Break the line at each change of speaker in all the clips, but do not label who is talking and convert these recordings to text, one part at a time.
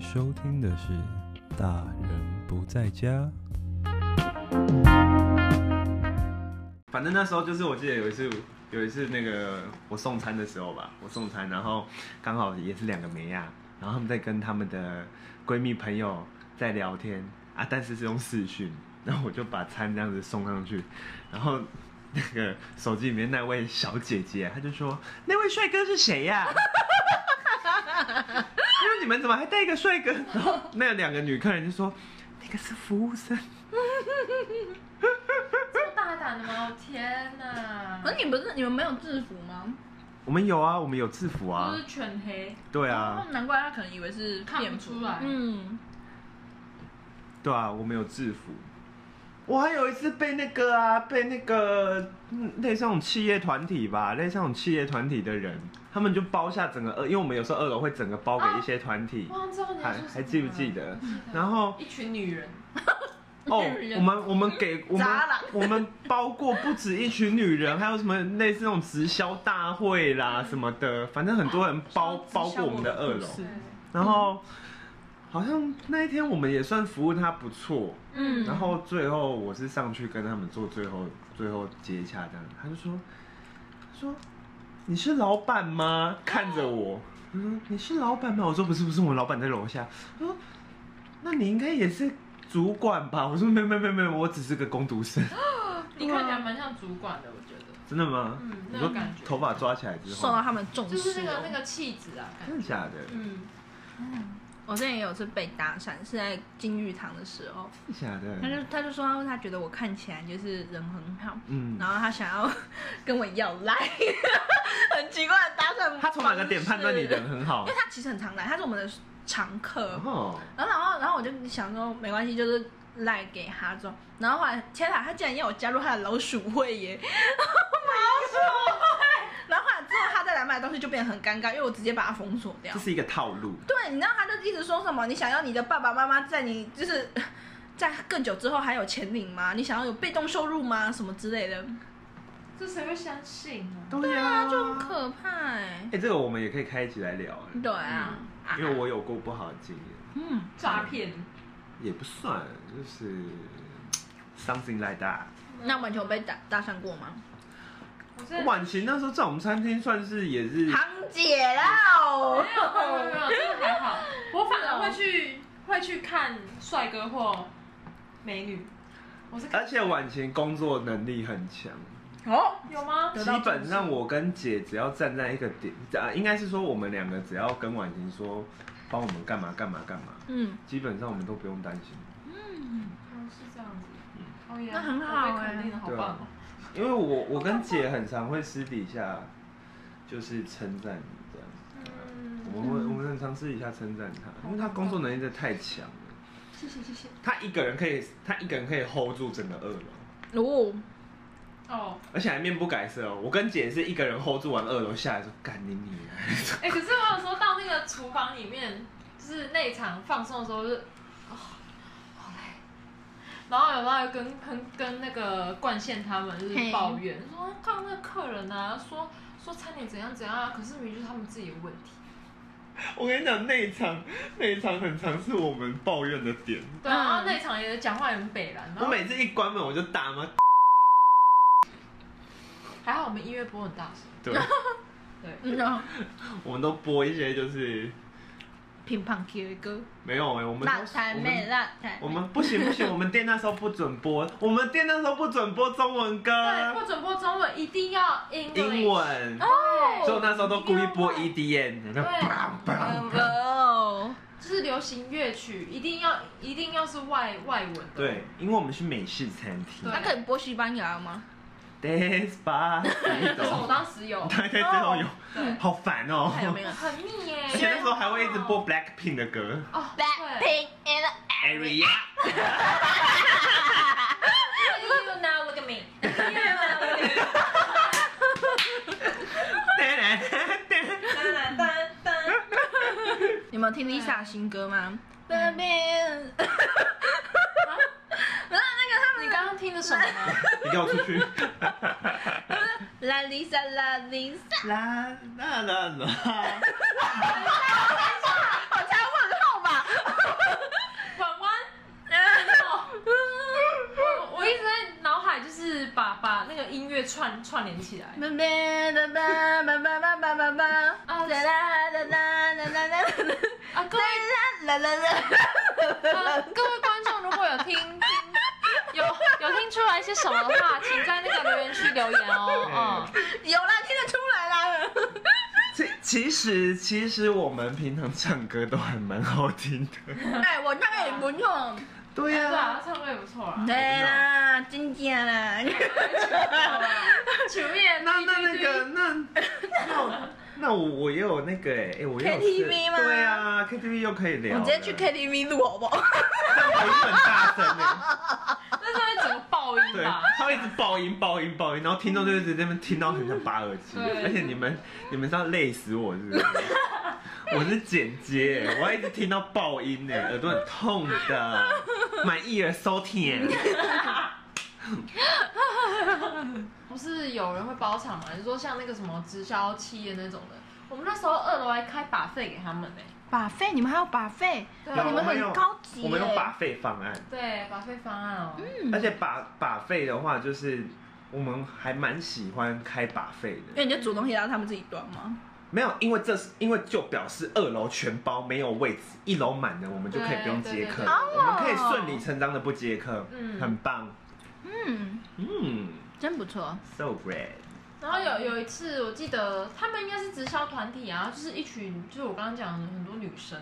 收听的是《大人不在家
反正那时候就是我记得有一次，有一次那个我送餐的时候吧，我送餐，然后刚好也是两个梅亚，然后他们在跟他们的闺蜜朋友在聊天啊，但是是用视讯，然后我就把餐这样子送上去，然后。那个手机里面那位小姐姐，她就说：“ 那位帅哥是谁呀、因为你们怎么还带一个帅哥？”然后那两个女客人就说：“那个是服务生。”
这么大胆的吗？我天哪！
可是你不是你们没有制服吗？
我们有啊，我们有制服啊
都，是全黑，
对啊。
哦难怪他可能以为是
看不
便服
出来
嗯，
对啊，我没有制服。我还有一次被那个啊，被那个嗯类似那种企业团体吧，类似那种企业团体的人，他们就包下整个二，因为我们有时候二楼会整个包给一些团体，
忘记你要
还
说什么了
还记不记？得？然
后
后
一群女人，
哦
女，人
我们我们 给我们
渣男
我们包过不止一群女人，还有什么类似那种直销大会啦什么的，反正很多人包包哦过我们的二楼，
是
然后好像那一天我们也算服务他不错，
嗯
然后最后我是上去跟他们做最后最后接洽这样，他就说，他说你是老板吗？看着我，他说你是老板吗？我说不是不是，我们老板在楼下。他说那你应该也是主管吧？我说没有没有没有没有，我只是个工读生。
你看起来蛮像主管的，我觉得，
真的吗？
嗯
你
那
说
种感觉
头发抓起来之
受
后
到，他们重
就
视哦。
是那个那个气质啊，感
真的
觉，
假的？
嗯，
我之前也有次被搭讪，是在金玉堂的时候，
真的假
他
的？
就他就说他觉得我看起来就是人很好，
嗯
然，后他想要 跟我要来， 很奇怪的搭讪。
他从哪个点判断你人？很好
因为？他其实很常来，他是我们的常客。
哦，
然后然后然后我就想说没关系，就是赖给他之后，然后后来天哪，他竟然要我加入他的老鼠会耶！ 老鼠会。然后后来之后他再来买东西就变得很尴尬，因为我直接把他封锁掉
这。是一个套路。
对，你知道他就一直说什么？你想要你的爸爸妈妈在你就是 在更久之后还有钱领吗？你想要有被动收入吗？什么之类的，
这谁会相信啊？
对啊，
就很可怕哎、
哎、这个我们也可以开一起来聊、哎
对啊，
因为我有过不好的经验，
嗯，
诈骗，
也不算，就是 something like that。
嗯那完全有被搭搭讪过吗？
我真的
晚晴那时候在我们餐厅算是也是，
堂姐啦哦
没，有没有没有，真的还好，我反而会去会去看帅哥或美女，我是看
而且晚晴工作能力很强，
哦，
有吗？
得
呃基
到
本上我跟姐只要站在一个点，啊，应该是说我们两个只要跟晚晴说帮我们干嘛干嘛干嘛，
嗯，
基本上我们都不用担心，
哦是这样子，哦耶，
那很好
我被肯定的好棒哦。
因为我我跟姐很常会私底下就是称赞你这样。啊我
嗯，
们会我们很常私底下称赞他，因为他工作能力真的太强了。
谢谢谢谢。
他一个人可以，他一个人可以 hold 住整个二楼，
哦，
哦，
而且还面不改色哦。我跟姐是一个人 hold 住完二楼下来说：“干你你啊
哎、可是我有时候到那个厨房里面，就是内场放松的时候，就是，哦，好累。然后有时候又跟跟跟那个冠宪他们就是
嘿
抱怨，说看那个客人啊，说说餐点怎样怎样啊，可是明明就是他们自己的问题。！”
我跟你讲，那一场那一场很常是我们抱怨的点。
对啊，
嗯
然后内场也讲话也很北蓝，然
我
后
每次一关门我就大骂，
还好我们音乐播很大声，
对，
对，
嗯哦，
我们都播一些就是
乒乓球的歌，
没有哎、我们
辣台妹，辣台妹，
我们我们不行不行，我们店那时候不准播，我们店那时候不准播中文歌，
对，不准播中文，一定要 English，
呃英文。
对，哦
所以我那时候都故意播 E EDM，有没有
对嗯
砰砰
哇哦，
就是流行乐曲，一定要一定要是外外文的。
对，，因为我们是美式餐厅
嗯
那可以播西班牙吗？
这首我
，Despacito，
当时有，
大概最哦后有，
对，
好烦哦。
还有没有
很腻耶。
而且那时候还会一直播
哎
Blackpink 的歌
哦，对，
？Blackpink in the
，Area，
You know look at me，
当然，
噔噔噔，
你们有听 Lisa 的新歌吗？那边，然后那个
你刚刚听的什么呢？
你给我出 去。
他们啦 Lisa 啦 Lisa，
啦啦啦啦，
好加问号吧？
乐串串联起来。
叭叭叭叭叭叭叭叭
啊
哒啦哒啦哒啦哒啦
啊，各位
啦啦啦啦。
啊各位观众，如果有听听有有听出来些什么的话，请在那个留言区留言哦。嗯，
有啦，听得出来啦。
其其实其实我们平常唱歌都还蛮好听的。
哎，我唱歌也不错。
对呀、
对啊，唱歌也不错啊。
对啦，哎真假啦。
前面
那那那个那那我那我我也有那个哎、哎我也有
KTV
是
吗
对啊，KTV 又可以聊
我
了。
直接去 KTV 录好不好？
但回音很大声哎、
那上面整个爆音
对
吧。，
他会一直爆音、爆音、爆音，然后听众就一直在那边听到很想拔耳机，
对
而且你们你们是要累死我是不 是？我是剪接，我要一直听到爆音呢，耳朵很痛的，满意而收听。
不是有人会包场吗？你说像那个什么直销企业那种的，我们那时候二楼还开把费给他们呢、
把费，你们还有把费？
对
哇
有
你
我
们
啊，
们有
很高级欸耶
我们有把费方案，
对把费方案哦、
嗯
而且把把费的话，就是我们还蛮喜欢开把费
因
的。
为你就煮东西让他们自己端嘛。
没有，因为这是因为就表示二楼全包没有位置，一楼满了我们就可以不用接客
对对对对
了，我们可以
哦
顺理成章的不接客，
嗯
很棒。
嗯，
嗯
真不错。
，so great。
然后有有一次，我记得他们应该是直销团体啊，就是一群就是我刚刚讲的很多女生，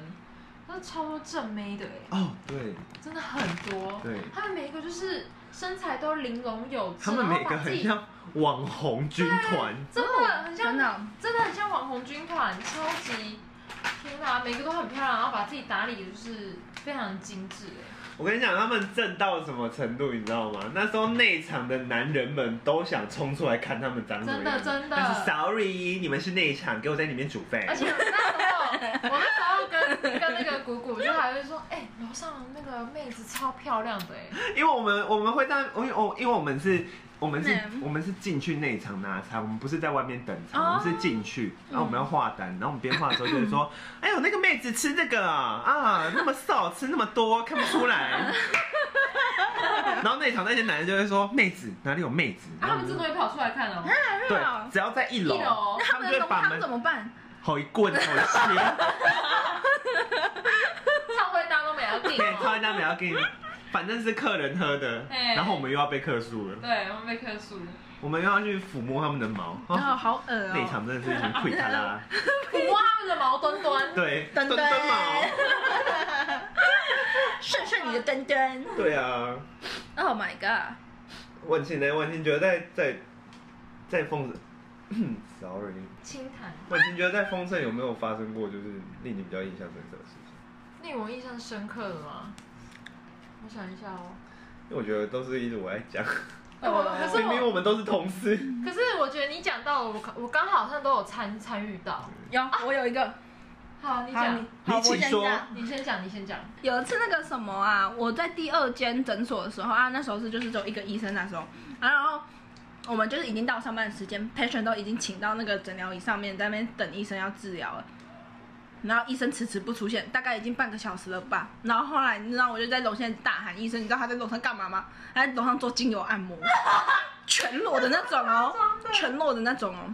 那超多正妹的哎、
哦，对，
真的很多。
对
他们每一个就是身材都玲珑有致，
他们每
然后
个
把自
很
己
像网红军团，
真的很像
哦真的，啊
真的很像网红军团，超级天哪、每个都很漂亮，然后把自己打理得就是非常精致哎、
我跟你讲，他们正到什么程度，你知道吗？那时候内场的男人们都想冲出来看他们长什么样子，
真的真的
但是 sorry，你们是内场，给我在里面煮饭。
而且我那时候，我那时候跟跟那个谷谷就还会说，哎、楼上那个妹子超漂亮的哎、
因为我们我们会在，因为哦我因为我们是。我们是
嗯，
我们是进去内场拿餐，我们不是在外面等餐，
哦
我们是进去，然后我们要画单，然后我们边画的时候就是说，哎呦那个妹子吃这个啊，啊那么少吃那么多，看不出来。然后内场那些男人就会说，妹子哪里有妹子？
啊，他们真的
的
会跑出来看哦、
对
啊，
只要在一
一楼
楼，
那他们
就
的
会
浓
把
汤怎
门
么办？
好一棍好一切，
唱会大家都没要订
对，超
哦、
人家没要给你，反正是客人喝的，
哎
然后我们又要被客诉了，
对，我们被客诉，
我们又要去抚摸他们的毛。
然后
啊
好恶
内
哦。
场真的是很溃他 啦，
抚摸他们的毛墩墩，
啊对，
噔
蹲
噔
蹲毛，
顺顺你的灯灯。
对啊，
Oh my god！
万庆呢？万庆觉得在在在丰盛 ，sorry，
清谈
万庆觉得在丰盛有没有发生过就是令你比较印象深刻的事情？
令我印象深刻的吗？我想一下哦、
因为我觉得都是一直我在讲，
哎我可是
明明
我，
我们都是同事，
可是我觉得你讲到了我刚，我刚好像都有参参与到。
有，我有一个。
好，你
好，
讲
你，好，
你请
我先
说
讲。
你先讲，你先讲。
有一次那个什么啊，我在第二间诊所的时候啊，那时候是就是只有一个医生那时候，啊、然后我们就是已经到上班的时间，patient 都已经请到那个诊疗椅上面，在那边等医生要治疗了。然后医生迟迟不出现，大概已经半个小时了吧。然后后来你知道我就在楼下大喊医生，你知道他在楼上干嘛吗？他在楼上做精油按摩，全裸的那种哦，全裸的那种哦。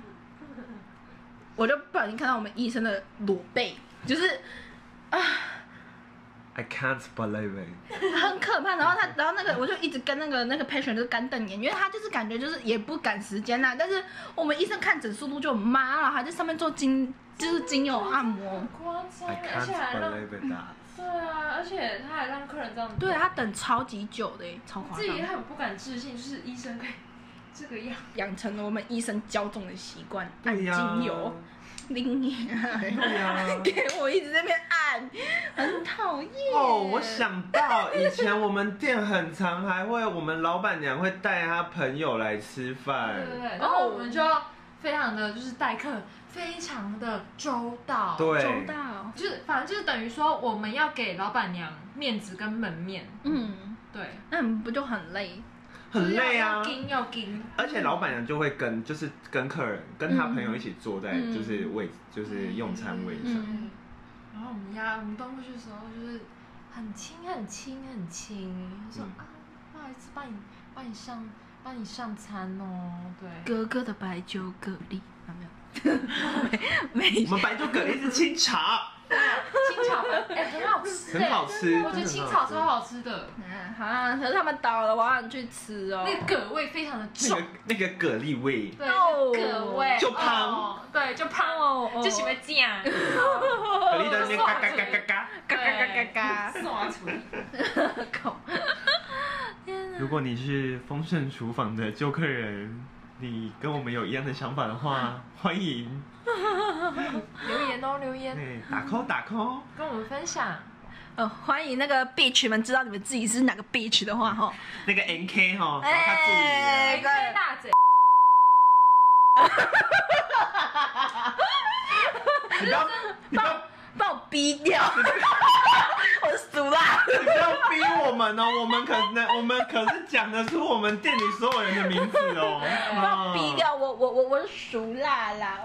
我就不小心看到我们医生的裸背，就是。
I can't believe it。
很可怕。然后他，然后那个我就一直跟那个那个 patient 就是干瞪眼，因为他就是感觉就是也不赶时间啦。但是我们医生看诊速度就很慢了，还在上面做精就是精油按摩
很。夸张
I
欸，而且还
can't
让
believe it that。
对啊，而且他还让客人这样，
对，他等超级久的耶，超夸
自己也
张。
很不敢置信，就是医生可以这个样。
养成了我们医生骄纵的习惯，按
对呀
精油，零年
对呀。
给我一直在那边按，很讨厌。
哦，我想到以前我们店很常还会，我们老板娘会带她朋友来吃饭
对。对
哦
对，然后我们就要非常的就是待客，非常的周到。，
周
对，
到，
就是反正就是等于说我们要给老板娘面子跟门面。
嗯，
对，
那你不就很累？
很累啊
要。盯要盯。
而且老板娘就会跟，就是跟客人，跟她朋友一起坐在
嗯
就是位，就是用餐位上。
嗯然后我们压我们端过去的时候就是很轻很轻很轻，就说、
嗯
啊不好意思，帮你帮你上帮你上餐哦，对，
哥哥的白酒蛤蜊啊， 没有，没
我们白酒蛤蜊是清茶，
青草哎、很好吃、哎，
很好吃
我觉得青草超好吃的，
嗯， 好啊，可是他们倒了，我好想去吃哦。
那个蛤味非常的
那
重
个，那个蛤蜊味，
对，
哦
那个蛤味
就胖
哦对，就胖哦，
哦
就喜欢这 样，
蛤蜊在那边嘎嘎嘎嘎嘎。
嘎嘎嘎 嘎
对刷出来
嘎口。天哪！
如果你是丰盛厨房的旧客人，你跟我们有一样的想法的话，欢迎
留言哦，留言
哎打 call 打 call。
跟我们分享，
呃，欢迎那个 bitch 们知道你们自己是哪个 bitch 的话，吼，
那个 N K 哈，然后他助
哎
理啊，
哎，对，大嘴，
你不要你不要
把我逼掉， 我俗啦。
你不要逼我们哦，我 们可能我们可是讲得出我们店里所有人的名字 哦，
把我逼掉，我我我我是熟辣啦，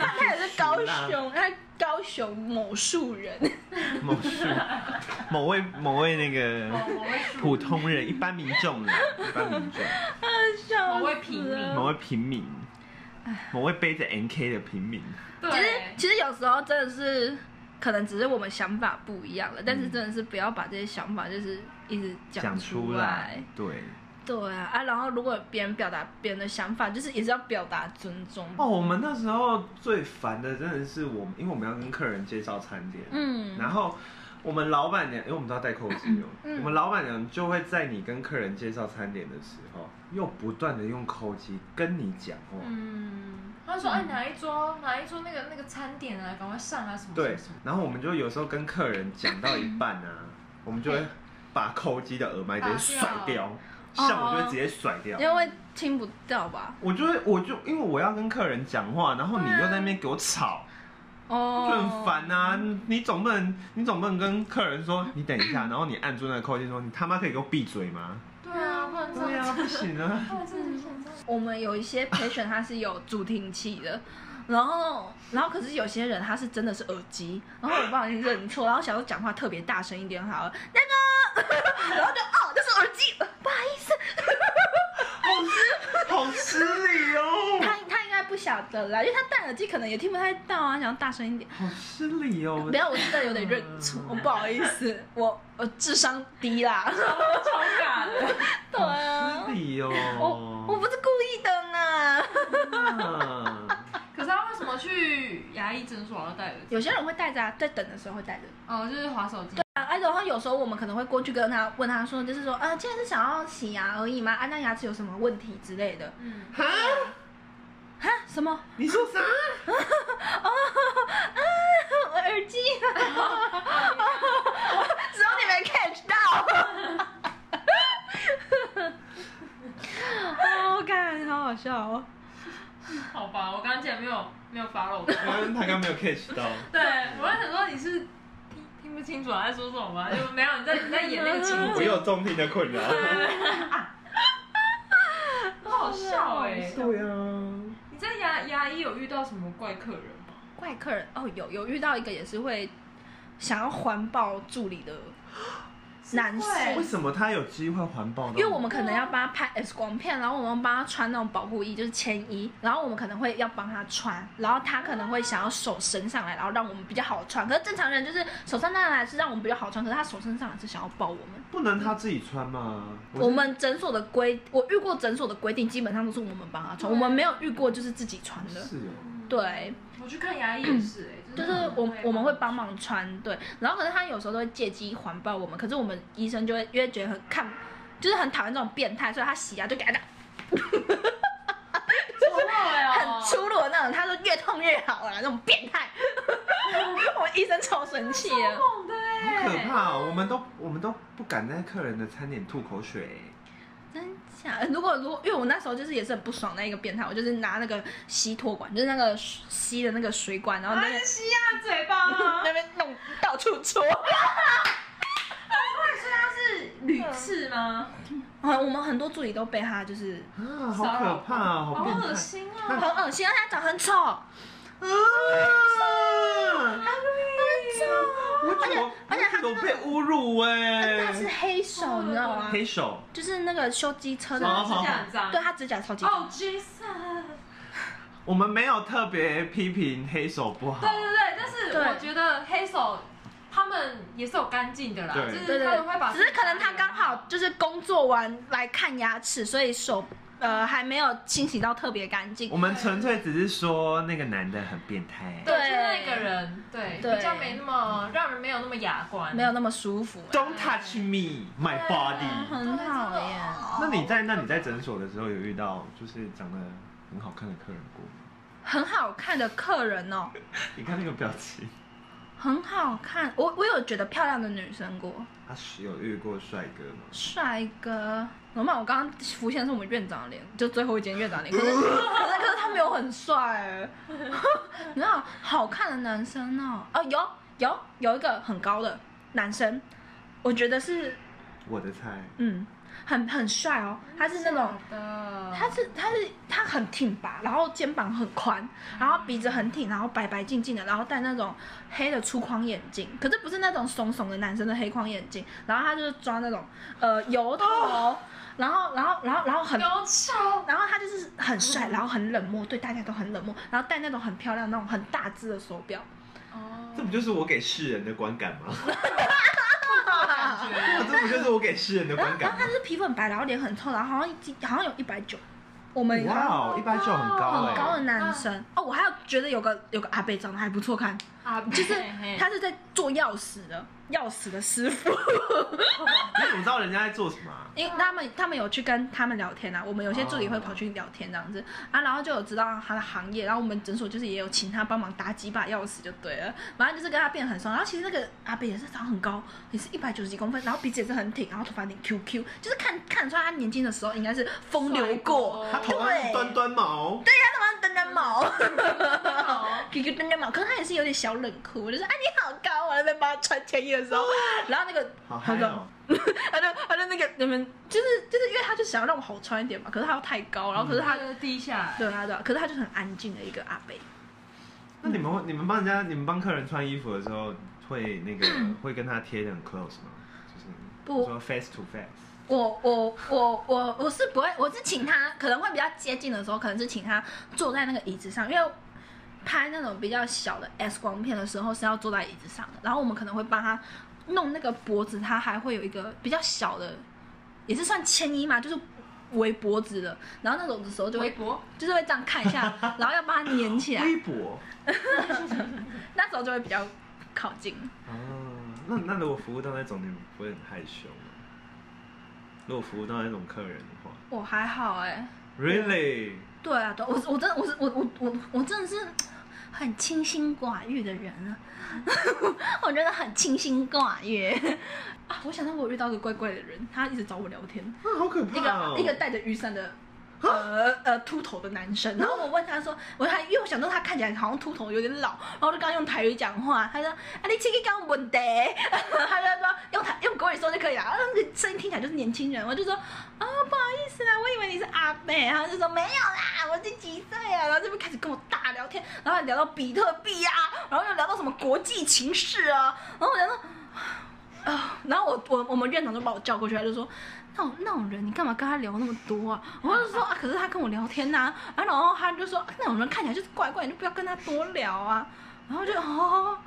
他也是高雄，他高雄某树人，
嗯某数某位某位那个
我会数，
普通人一般民众啦，一般民众，
笑
某位
死
平民
了
某位平民，某位背着 N K 的平民，
其实
对，
其实有时候真的是，可能只是我们想法不一样了，但是真的是不要把这些想法就是一直
讲
出
出来，对。
对啊啊，然后如果别人表达别人的想法，就是也是要表达尊重。
哦，我们那时候最烦的真的是我们，因为我们要跟客人介绍餐点，
嗯，
然后我们老板娘，因为我们都要戴扣子用，
嗯
我们老板娘就会在你跟客人介绍餐点的时候，又不断的用扣机跟你讲话。
嗯，他说哎哪一桌哪一桌那个那个餐点啊，赶快上啊什么什
对
么什么，，
然后我们就有时候跟客人讲到一半啊， 我们就会把扣机的耳麦直接甩
拔
掉
哎
掉，
哦
像我就会直接甩掉。
因为听不到吧？
我就会，我就因为我要跟客人讲话，然后你又在那边给我吵，
哦，
就很烦啊！你总不能，你总不能跟客人说你等一下，然后你按住那个扣键说你他妈可以给我闭嘴吗？
对啊，不然这
对
样
呀、不行啊！
不然这样这样这样
我们有一些 patient 他是有助听器 的，然后然后可是有些人他是真的是耳机，然后我不小心认错，然后想要讲话特别大声一点好了，那个， 然后就哦，这是耳机，不好意思，
好失礼哦，
他他应该不晓得啦，因为他戴耳机可能也听不太到啊，想要大声一点。
好失礼哦
不。要，我真的有点认错，我不好意思，我我智商低啦，
超尬的，
对啊
失，礼
我
哦，
我不是故意的呢。
啊
可是他为什么去牙医诊所要戴耳机？
有些人会带着啊，在等的时候会带着。
哦，就是滑手机，
啊，哎，然后有时候我们可能会过去跟他问他说，就是说，啊，既然是想要洗牙而已嘛，啊，那牙齿有什么问题之类的？
嗯，
哈
哈，什么？
你说啥？
哦，啊，我 耳机， 只有你没 catch 到。 哦，看，好好笑哦。
好吧，我刚刚竟然没有没有 follow 到。
刚嗯刚他刚没有 catch 到，
对，我在想说你是听听不清楚他在说什么吗？就没有你在你在演那个
嗯
情
我
景，
有重听的困扰。
啊
很好笑哎、
对啊，
你在牙牙医有遇到什么怪客人吗？
怪客人哦，有有遇到一个也是会想要环抱助理的男士，
会
为什么他有机会环保呢？
因为我们可能要帮他拍 X 光片，然后我们帮他穿那种保护衣，就是铅衣，然后我们可能会要帮他穿，然后他可能会想要手伸上来，然后让我们比较好穿。可是正常人就是手伸上来是让我们比较好穿，可是他手伸上来是想要抱我们。
不能他自己穿吗？
我们诊所的规，我遇过诊所的规定，基本上都是我们帮他穿，我们没有遇过就是自己穿的。
是哦，
对，
我去看牙医也是哎、
就是嗯我我们会帮忙穿，对，然后可是他有时候都会借机环抱我们，可是我们医生就会因为觉得很看，就是很讨厌这种变态，所以他洗牙就给他打
错哎
很粗鲁的那种，他说越痛越好啦，那种变态， 我们医生超生气的。
痛的哎、
好可怕哦！我们都我们都不敢在客人的餐点吐口水。
真假？如果如果，因为我那时候就是也是很不爽那一个变态，我就是拿那个吸脱管，就是那个吸的那个水管，然后那边、
安西啊，嘴 巴、啊，
那边弄到处 戳。
所以他是屡次吗？
啊，我们很多助理都被他就是
啊，好可怕哦，好
好
变
恶
态！
心
很
啊！
恶心，而且他长很丑。
啊！
哎呀
我我
而且他
我被侮辱哎、
那是黑手，你知道吗？
黑手，
就是那个修机车的
哦
那
好
个，
好
指甲很脏。
啊对他指甲超级脏。
啊哦，Jason。
我们没有特别批评黑手不好，
对对对，但是
对
我觉得黑手他们也是有干净的啦，
对
就是
对
他们会把，
对，只是可能他刚好就是工作完来看牙齿，所以手呃还没有清洗到特别干净
我。们纯粹只是说那个男的很变态，
对，
对
就是那个人，对，
对
比较没那么让人没有那么雅观，
没有那么舒服、
，Don't touch me, my
对
body。
很讨厌。
那你在那你在诊所的时候有遇到就是长得很好看的客人过吗？
很好看的客人哦，
你看那个表情，
很好看。我我有觉得漂亮的女生过，
他是有遇过帅哥吗？
帅哥。怎么办？我刚刚浮现的是我们院长的脸，就最后一间院长的脸。可是可是可是他没有很帅、 欸，你知道好看的男生哦，哦有有有一个很高的男生，我觉得是
我的菜，
嗯，很很帅哦，他是那种，
的，
他是他是他很挺拔，然后肩膀很宽，然后鼻子很挺，然后白白净净的，然后戴那种黑的粗框眼镜，可是不是那种怂怂的男生的黑框眼镜，然后他就是抓那种呃油头，然后然后然后然后很。
高超，
然后他就是很帅，然后很冷漠，对大家都很冷漠，然后戴那种很漂亮、那种很大只的手表，
哦
这不就是我给世人的观感 吗？
感觉
这不就是我给世人的
然后
观
然
感
后
吗
他？就是皮肤很白，然后脸很臭，然后好像一好像有一百九，我们好像
哇哦，一百九很高哎、
啊很高的男生哦，我还有觉得有个有个阿贝长得还不错看，
啊，
就是
嘿哦
他是在做钥匙的钥匙的师傅，
你怎么知道人家在做什么啊、
因为他们他们有去跟他们聊天啊，我们有些助理会跑去聊天这样子啊，然后就有知道他的行业，然后我们诊所就是也有请他帮忙打几把钥匙就对了，反正就是跟他变得很熟，然后其实那个阿贝也是长很高，也是一百九十几公分，然后鼻子也是很挺，然后头发有点 QQ，就是看看得出来他年轻的时候应该是风流过，
他头上是端端毛，
他妈短短毛。
好
QQ 灯灯嘛，可是他也是有点小冷酷，我就说啊你好高啊，在帮他穿前衣的时候，然后那个
好嗨哦！
他就他就那个你们就是就是因为他就想要让我好穿一点嘛，可是他又太高，然后可是
他
他、
就低下来，
对啊对啊，可是他就很安静的一个阿贝，
那你们会你们帮人家你们帮客人穿衣服的时候，会那个会跟他贴的很 close 吗？就是
嗯不
说 face to face，
我我我我我是不会，我是请他可能会比较接近的时候，可能是请他坐在那个椅子上，因为。拍那种比较小的 S 光片的时候是要坐在椅子上的，然后我们可能会帮他弄那个脖子，他还会有一个比较小的，也是算牵衣嘛，就是围脖子的。然后那种的时候就
微
会
博，
就是会这样看一下，然后要把它粘起来，
微博
那时候就会比较靠近。
哦。那那如果服务到那种，你们不会很害羞吗？如果服务到那种客人的话
我还好哎、
，really？
对啊，对啊，我我真的我是我我我我真的是很清心寡欲的人啊， 我真的很清心寡欲啊！我想到我遇到一个怪怪的人，他一直找我聊天，
啊，好可
一
怕
个
哦！
一个带着雨伞的。呃呃，秃头的男生，然后我问他说，我还因为我想到他看起来好像秃头，有点老，然后我就刚用台语讲话，他说啊你这个刚问的， 他就说用台用国语说就可以了，啊那个声音听起来就是年轻人，我就说啊、不好意思啊，我以为你是阿妹，然后就说没有啦，我是几岁啊，然后这边开始跟我大聊天，然后聊到比特币啊，然后又聊到什么国际情势啊，然后我想说。啊、然后我我我们院长就把我叫过去，他就说，那种那种人你干嘛跟他聊那么多啊？我就说啊，可是他跟我聊天呐、啊，然后他就说、啊那种人看起来就是怪怪，你就不要跟他多聊啊。然后就哦，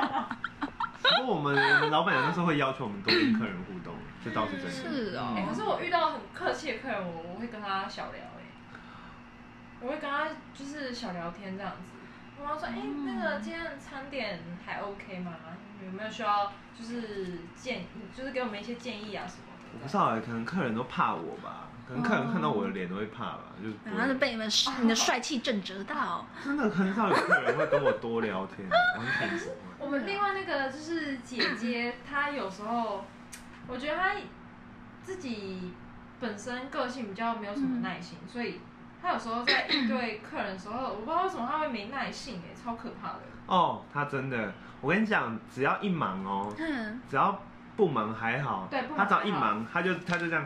不过我们我们老板有的时候会要求我们多跟客人互动，这倒是真的。
是哦
哎，可是我遇到很客气的客人，我我会跟他小聊，哎，我会跟他就是小聊天这样子。我妈说：“哎、那个今天的餐点还 OK 吗？有没有需要就是建议，就是给我们一些建议啊什么的？”
我不知道哎、可能客人都怕我吧，可能客人看到我的脸都会怕吧，就是不
然后就
会
啊被你们你的帅气震折到。
真的很少有客人会跟我多聊天，完全不会。
我们另外那个就是姐姐，她有时候，我觉得她自己本身个性比较没有什么耐心，所以她有时候在应对客人的时候，我不知道为什么她会没耐性、哎，超可怕的。
哦，他真的，我跟你讲，只要一忙哦，
嗯，
只要不忙还好，
对不忙
他只要一
还好
忙，他就他就这样，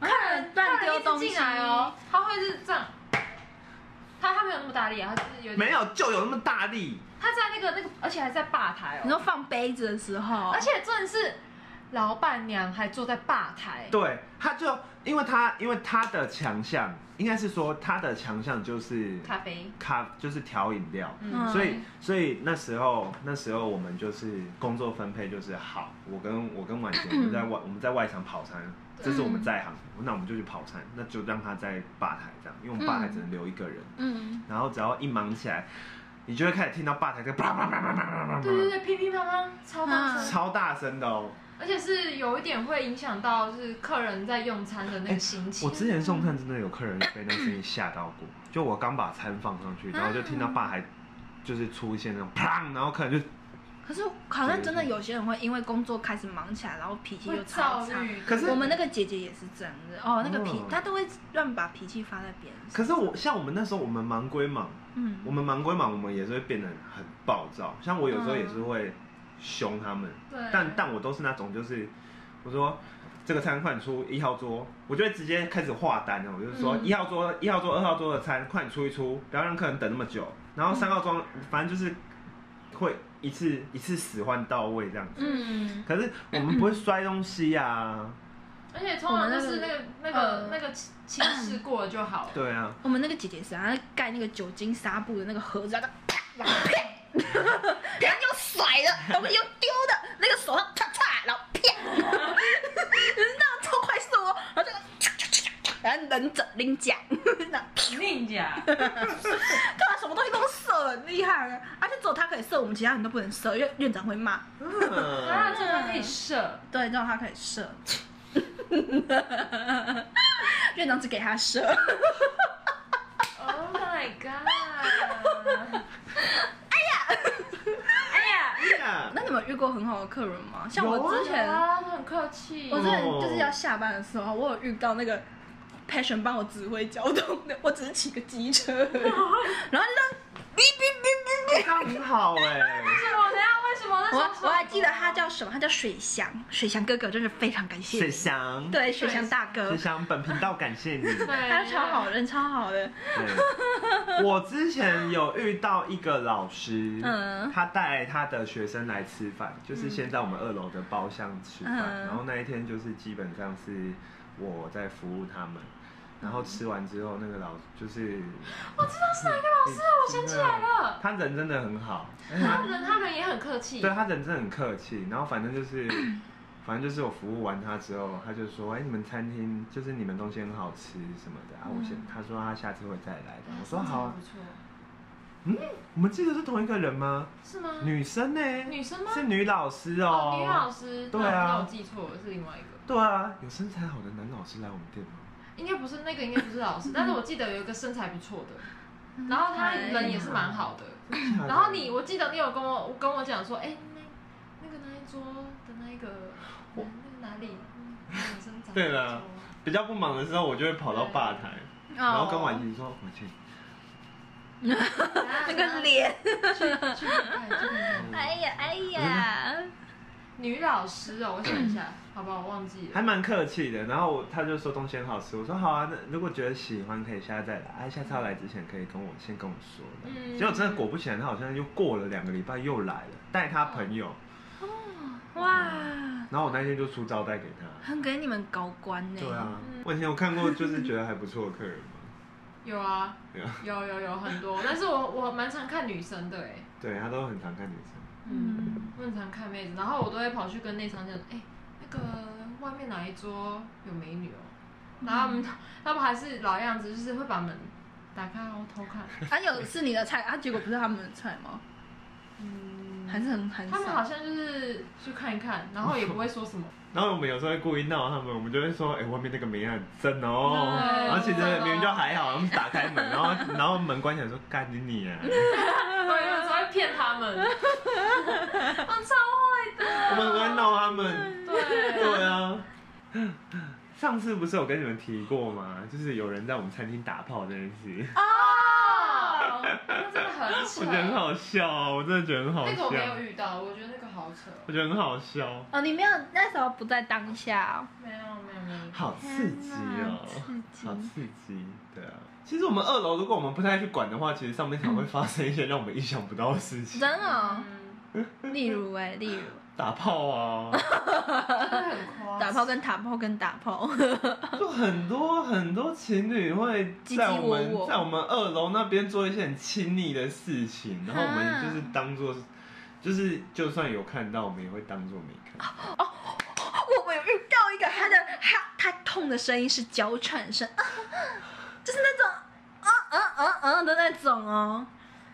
客人
乱
客人
丢
一直
东西
进来哦，她会是这样，她她没有那么大力啊，她就是有点
没有就有那么大力，
他在那个那个，而且还在吧台
你
哦，
说放杯子的时候，
而且真的是老板娘还坐在吧台，
对，他就因为他因为他的强项，应该是说他的强项就是
咖啡，
咖，就是调饮料。
嗯，
所以，所以那时候，那时候我们就是工作分配就是好，我跟我跟婉杰，我们在外我们在外场跑餐，这是我们在行，那我们就去跑餐，那就让他在吧台这样，因为我们吧台只能留一个人，
嗯，
然后只要一忙起来，你就会开始听到吧台在叭叭叭叭叭叭
嗯
叭叭
对对对，乒乒乓乓，超大声，
超大声的哦。
而且是有一点会影响到就是客人在用餐的那个心
哎
情。
我之前送餐真的有客人被那声音吓到过，就我刚把餐放上去，然后就听到吧台就是出现那种砰，然后客人就，
可是好像真的有些人会因为工作开始忙起来，然后脾气
会
就超
躁
差。
郁，
可是
我们那个姐姐也是这样子哦，那个脾
嗯
她都会乱把脾气发在别人
可
身上。
是我像我们那时候我们忙归忙。
嗯
我们忙归忙，我们也是会变得很暴躁。像我有时候也是会凶他们，
嗯
对，
但但我都是那种就是，我说这个餐快点出一号桌，我就会直接开始画单了。我就是说
嗯
一号桌、一号桌、二号桌的餐快点出一出，不要让客人等那么久。然后三号桌，反正就是会一次一次使唤到位这样子。
嗯，
可是我们不会摔东西呀、啊，
而且通常就是那个那个
嗯
那个轻视过了就好 了。
对 啊，
我们那个姐姐是啊她盖那个酒精纱布的那个盒子，她就啪，然后啪，然后又甩了，东西又丢的，那个手上啪嚓，然后啪，就是那种超快速哦，然后就嚓嚓嚓嚓然后忍者拎奖，然后
宁家，
干嘛什么东西都射，很厉害啊！而且只有她可以射，我们其他人都不能射，因为院长会骂。
啊，
嗯
这个可以射，
对，让他可以射。院长只给他射，
Oh my god！哎呀，哎呀，
呀
那你们有遇过很好的客人吗？像
有
我
啊
之前，
啊，很客气
我。之前就是要下班的时候，我有遇到那个 passion 帮我指挥交通的，我只是骑个机车而 已，然后就这样哔哔哔哔哔。
刚很好哎、
为什么？等一下为什么？那时候
我我还记得他
什么
叫什么，他叫水祥，水祥哥哥，真的非常感谢
水
你。
祥，
对，水祥大哥
水，祥，本频道感谢你。
对，
他超好人，超好的。
对我之前有遇到一个老师，
嗯
他带他的学生来吃饭，
嗯
就是先在我们二楼的包厢吃饭，
嗯
然后那一天就是基本上是我在服务他们，然后吃完之后，那个老就是
我哦知道是哪一个老师了，我想起来了。
他人真的很好，
他人他人也很客气，
对他人真的很客气，然后反正 就是。反正就是我服务完他之后，他就说：“哎、你们餐厅就是你们东西很好吃什么的。”啊，我
嗯
先他说他下次会再来的。我说好啊
不，错，
我们记得是同一个人吗？
是吗？
女生呢、
女生吗？
是女老师哦、
哦，女老师，
对啊
那我记错了，是另外一个，
对啊，有身材好的男老师来我们店吗？
应该不是那个，应该不 是老师，但是我记得有一个身材不错
嗯
的，然后他人也是蛮好的，
真假的
然后你，我记得你有跟我跟我讲说，哎、那那个那一桌的那一个，
我
那 哪里？嗯女生长得
对啦
不错
比较不忙的时候，我就会跑到吧台，然后跟婉
哦
琪说：“婉琪，
啊
那个脸，
去看看去看看
哎呀哎呀。
女老师哦，我想一下，好吧，我忘记了。
还蛮客气的。”然后我他就说东西很好吃，我说：“好啊，那如果觉得喜欢，可以下次再来。哎、下次要来之前可以跟我先跟我说的。
嗯
结果真的果不其然，他好像又过了两个礼拜又来了，带他朋友，
嗯
哇，
然后我那天就出招待给他。
很给你们高官
嗯
呢、
对啊，我以前有看过，就是觉得还不错的客人嘛。
有啊，
对啊，
有有有很多，但是我我蛮常看女生的哎、
对他都很常看女生。
嗯，我很常看妹子，然后我都会跑去跟内场讲，哎、那个外面哪一桌有美女哦、
嗯
然后他们 他们还是老样子，就是会把门打开然后偷看，
啊，有是你的菜啊，结果不是他们的菜吗？
嗯，
还是很很
他们好
少。
像就是去看一看，然后也不会说什么，
然后我们有时候会故意闹他们，我们就会说：“哎、外面那个美女很正哦。
对
然后其实
真的
明明就还好，我们打开门，然 后然后门关起来说：“干你你啊！”
对，有时候会骗他们，我超坏的，
我们都在闹他们。对
对，
啊，上次不是有跟你们提过吗？就是有人在我们餐厅打炮这件事，
哦，那真的很
我觉得很
扯，
好笑啊！我真的觉得很好
那个我没有
笑，
遇到，我觉得那个好扯，
我觉得很好笑，
哦，你没有那时候不在当下、哦
没有没有没有，
好刺激哦
天哪，
好
刺激
刺激，对啊。其实我们二楼，如果我们不太去管的话，其实上面常会发生一些让我们意想不到的事情，
真的哦、
嗯，
例如哎、例如
打炮啊，
真的很夸张。
打炮跟打炮跟打炮，
就很多很多情侣会
唧唧
在我们
我我
在我们二楼那边做一些很亲密的事情，然后我们就是当做，就是就算有看到，我们也会当做没看到。
我我有遇到一个，他的他他痛的声音是娇喘声， 啊就是那种啊啊啊啊的那种哦，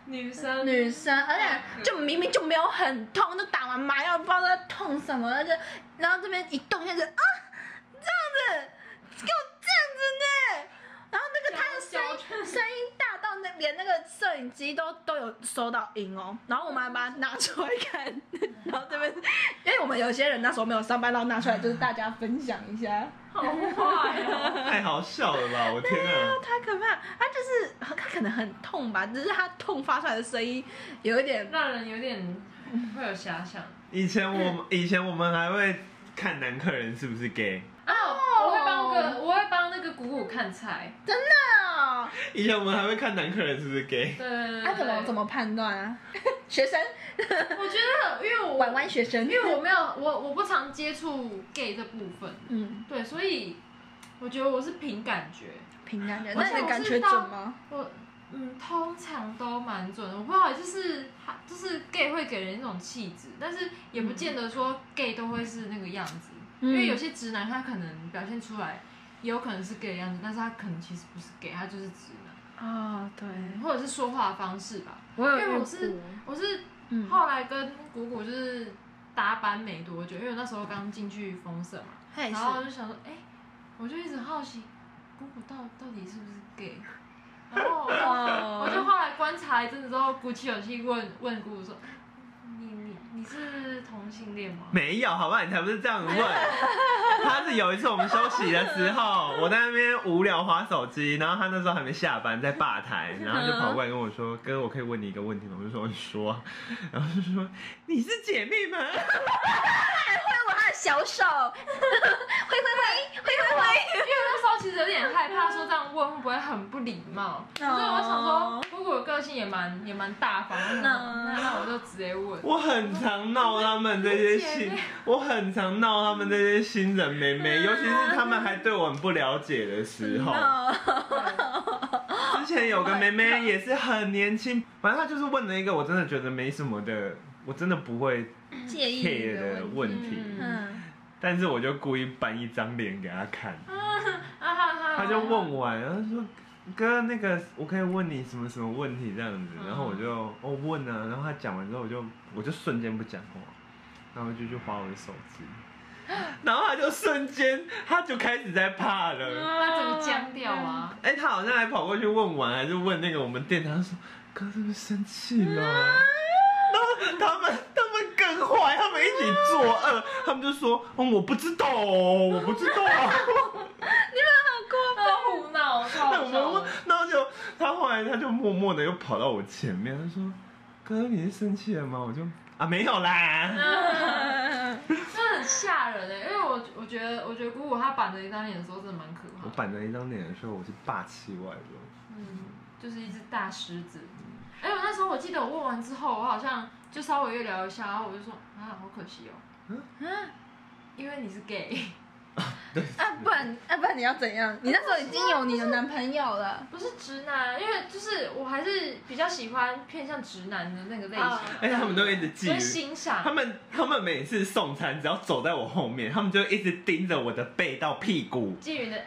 女生，
女生，而且就明明就没有很痛，就打完麻药不知道在痛什么，然后就然后这边一动下去啊，这样子，给我这样子呢，然后那个他的声
娇
音
喘
声音大到那连那个摄影机都都有收到音哦，然后我妈把它拿出来看，然后这边，因为我们有些人那时候没有上班，然后拿出来就是大家分享一下，
好坏哦。
太好笑了吧！我天啊，
哎太可怕，他就是他可能很痛吧，只是他痛发出来的声音有一点
让人有点会有遐想。
以前我们以前我们还会看男客人是不是 gay，
啊，我会帮个，我会帮那个姑姑看菜。
真的哦、
以前我们还会看男客人是不是 gay，
对对对对。
他怎么怎
啊么？
么判断啊？ 学生，
我觉得，因为我
弯弯学生，
因为我没有我我不常接触 gay 这部分，
嗯，
对，所以我觉得我是凭感觉。
凭感觉，
我
那
想
你的感觉准吗？
我嗯，通常都蛮准的。我不知道，就是就是 gay 会给人一种气质，但是也不见得说 gay 都会是那个样子，因
嗯
为有些直男他可能表现出来，也有可能是 gay 的样子，但是他可能其实不是 gay，他就是直男，嗯
啊、对，
或者是说话的方式吧。
我
因为
遇
我是
过
我是
嗯
后来跟谷谷就是搭班没多久，因为我那时候刚进去风社嘛，
他也
然
是，
后我就想说，哎、我就一直好奇谷谷到到底是不是 gay，然 后我我就
哦，
后来观察一阵子之后，鼓起勇气问问谷谷说，你你你是同性恋吗？
没有，好吧，你才不是这样问。他是有一次我们休息的时候，我在那边无聊划手机，然后他那时候还没下班，在吧台，然后就跑过来跟我说：“哥，我可以问你一个问题吗？”我就说：“你说。”然后就说：“你是姐妹吗
挥我他的小手， 挥挥挥挥挥挥，
因为那时候其实有点害怕，说这样问会不会很不礼貌，所以我想说，谷谷的个性也蛮也蛮大方，我想说那那我就直接问？”。
我很常闹他们这些新，我很常闹他们这些新人妹妹，尤其是他们还对我很不了解的时候。
哦
之前有个妹妹也是很年轻，反正她就是问了一个我真的觉得没什么的，我真的不会
介意
care
你
的
问题，
问题，
嗯
嗯，
但是我就故意搬一张脸给她看，
啊哈哈！
她就问我，然后说。哥，那个我可以问你什么什么问题这样子，
嗯
然后我就哦问啊，然后她讲完之后我就我就瞬间不讲话，然后我就去划我的手 机，然后她就瞬间她就开始在怕了，
他整个僵掉啊！
哎、他好像还跑过去问完，还是问那个我们店长说：“哥是不是生气了？”然后他们他们更坏，他们一起作恶，他们就说：“嗯，我不知道哦，我不知道、啊。
他胡闹，” 超
那
好
我们
笑
问
的。，
然后就他后来他就默默的又跑到我前面，他说：“哥，你是生气了吗？”我就啊没有啦，
真的很吓人哎、因为我我觉得我觉得姑姑她板着一张脸的时候真的蛮可怕
我
的，
板着一张脸的时候，我是霸气外露，
嗯，就是一只大狮子。哎、我那时候我记得我问完之后，我好像就稍微又聊一下，然后我就说啊，好可惜哦、
嗯
因为你是 gay，
啊，不然啊，不然你要怎样？你那时候已经有你的男朋友了，
不是直男，因为就是我还是比较喜欢偏向直男的那个类型，
啊
而且哎他们都一直
所
觊觎。
以欣赏
他。们他们每次送餐，只要走在我后面，他们就一直盯着我的背到屁股，
基于你的